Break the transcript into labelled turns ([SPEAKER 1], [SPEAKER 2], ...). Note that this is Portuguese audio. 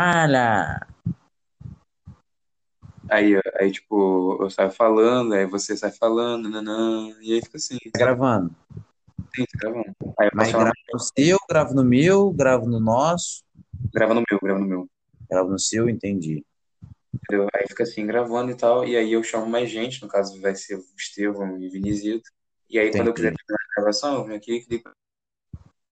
[SPEAKER 1] Fala!
[SPEAKER 2] Aí, ó, aí, tipo, eu saio falando, aí você sai falando, nanã, e aí fica assim,
[SPEAKER 1] Tá gravando.
[SPEAKER 2] assim, tá gravando. Aí eu
[SPEAKER 1] Mas
[SPEAKER 2] passo lá,
[SPEAKER 1] gravo no seu, gravo no meu, gravo no nosso,
[SPEAKER 2] grava no meu, grava no meu.
[SPEAKER 1] gravo no seu, entendi.
[SPEAKER 2] Entendeu? Aí fica assim, gravando e tal, e aí eu chamo mais gente, no caso vai ser o Estevão e o Vinícius. E aí, quando eu
[SPEAKER 1] Entendi.
[SPEAKER 2] quiser terminar a gravação, eu venho aqui e clico.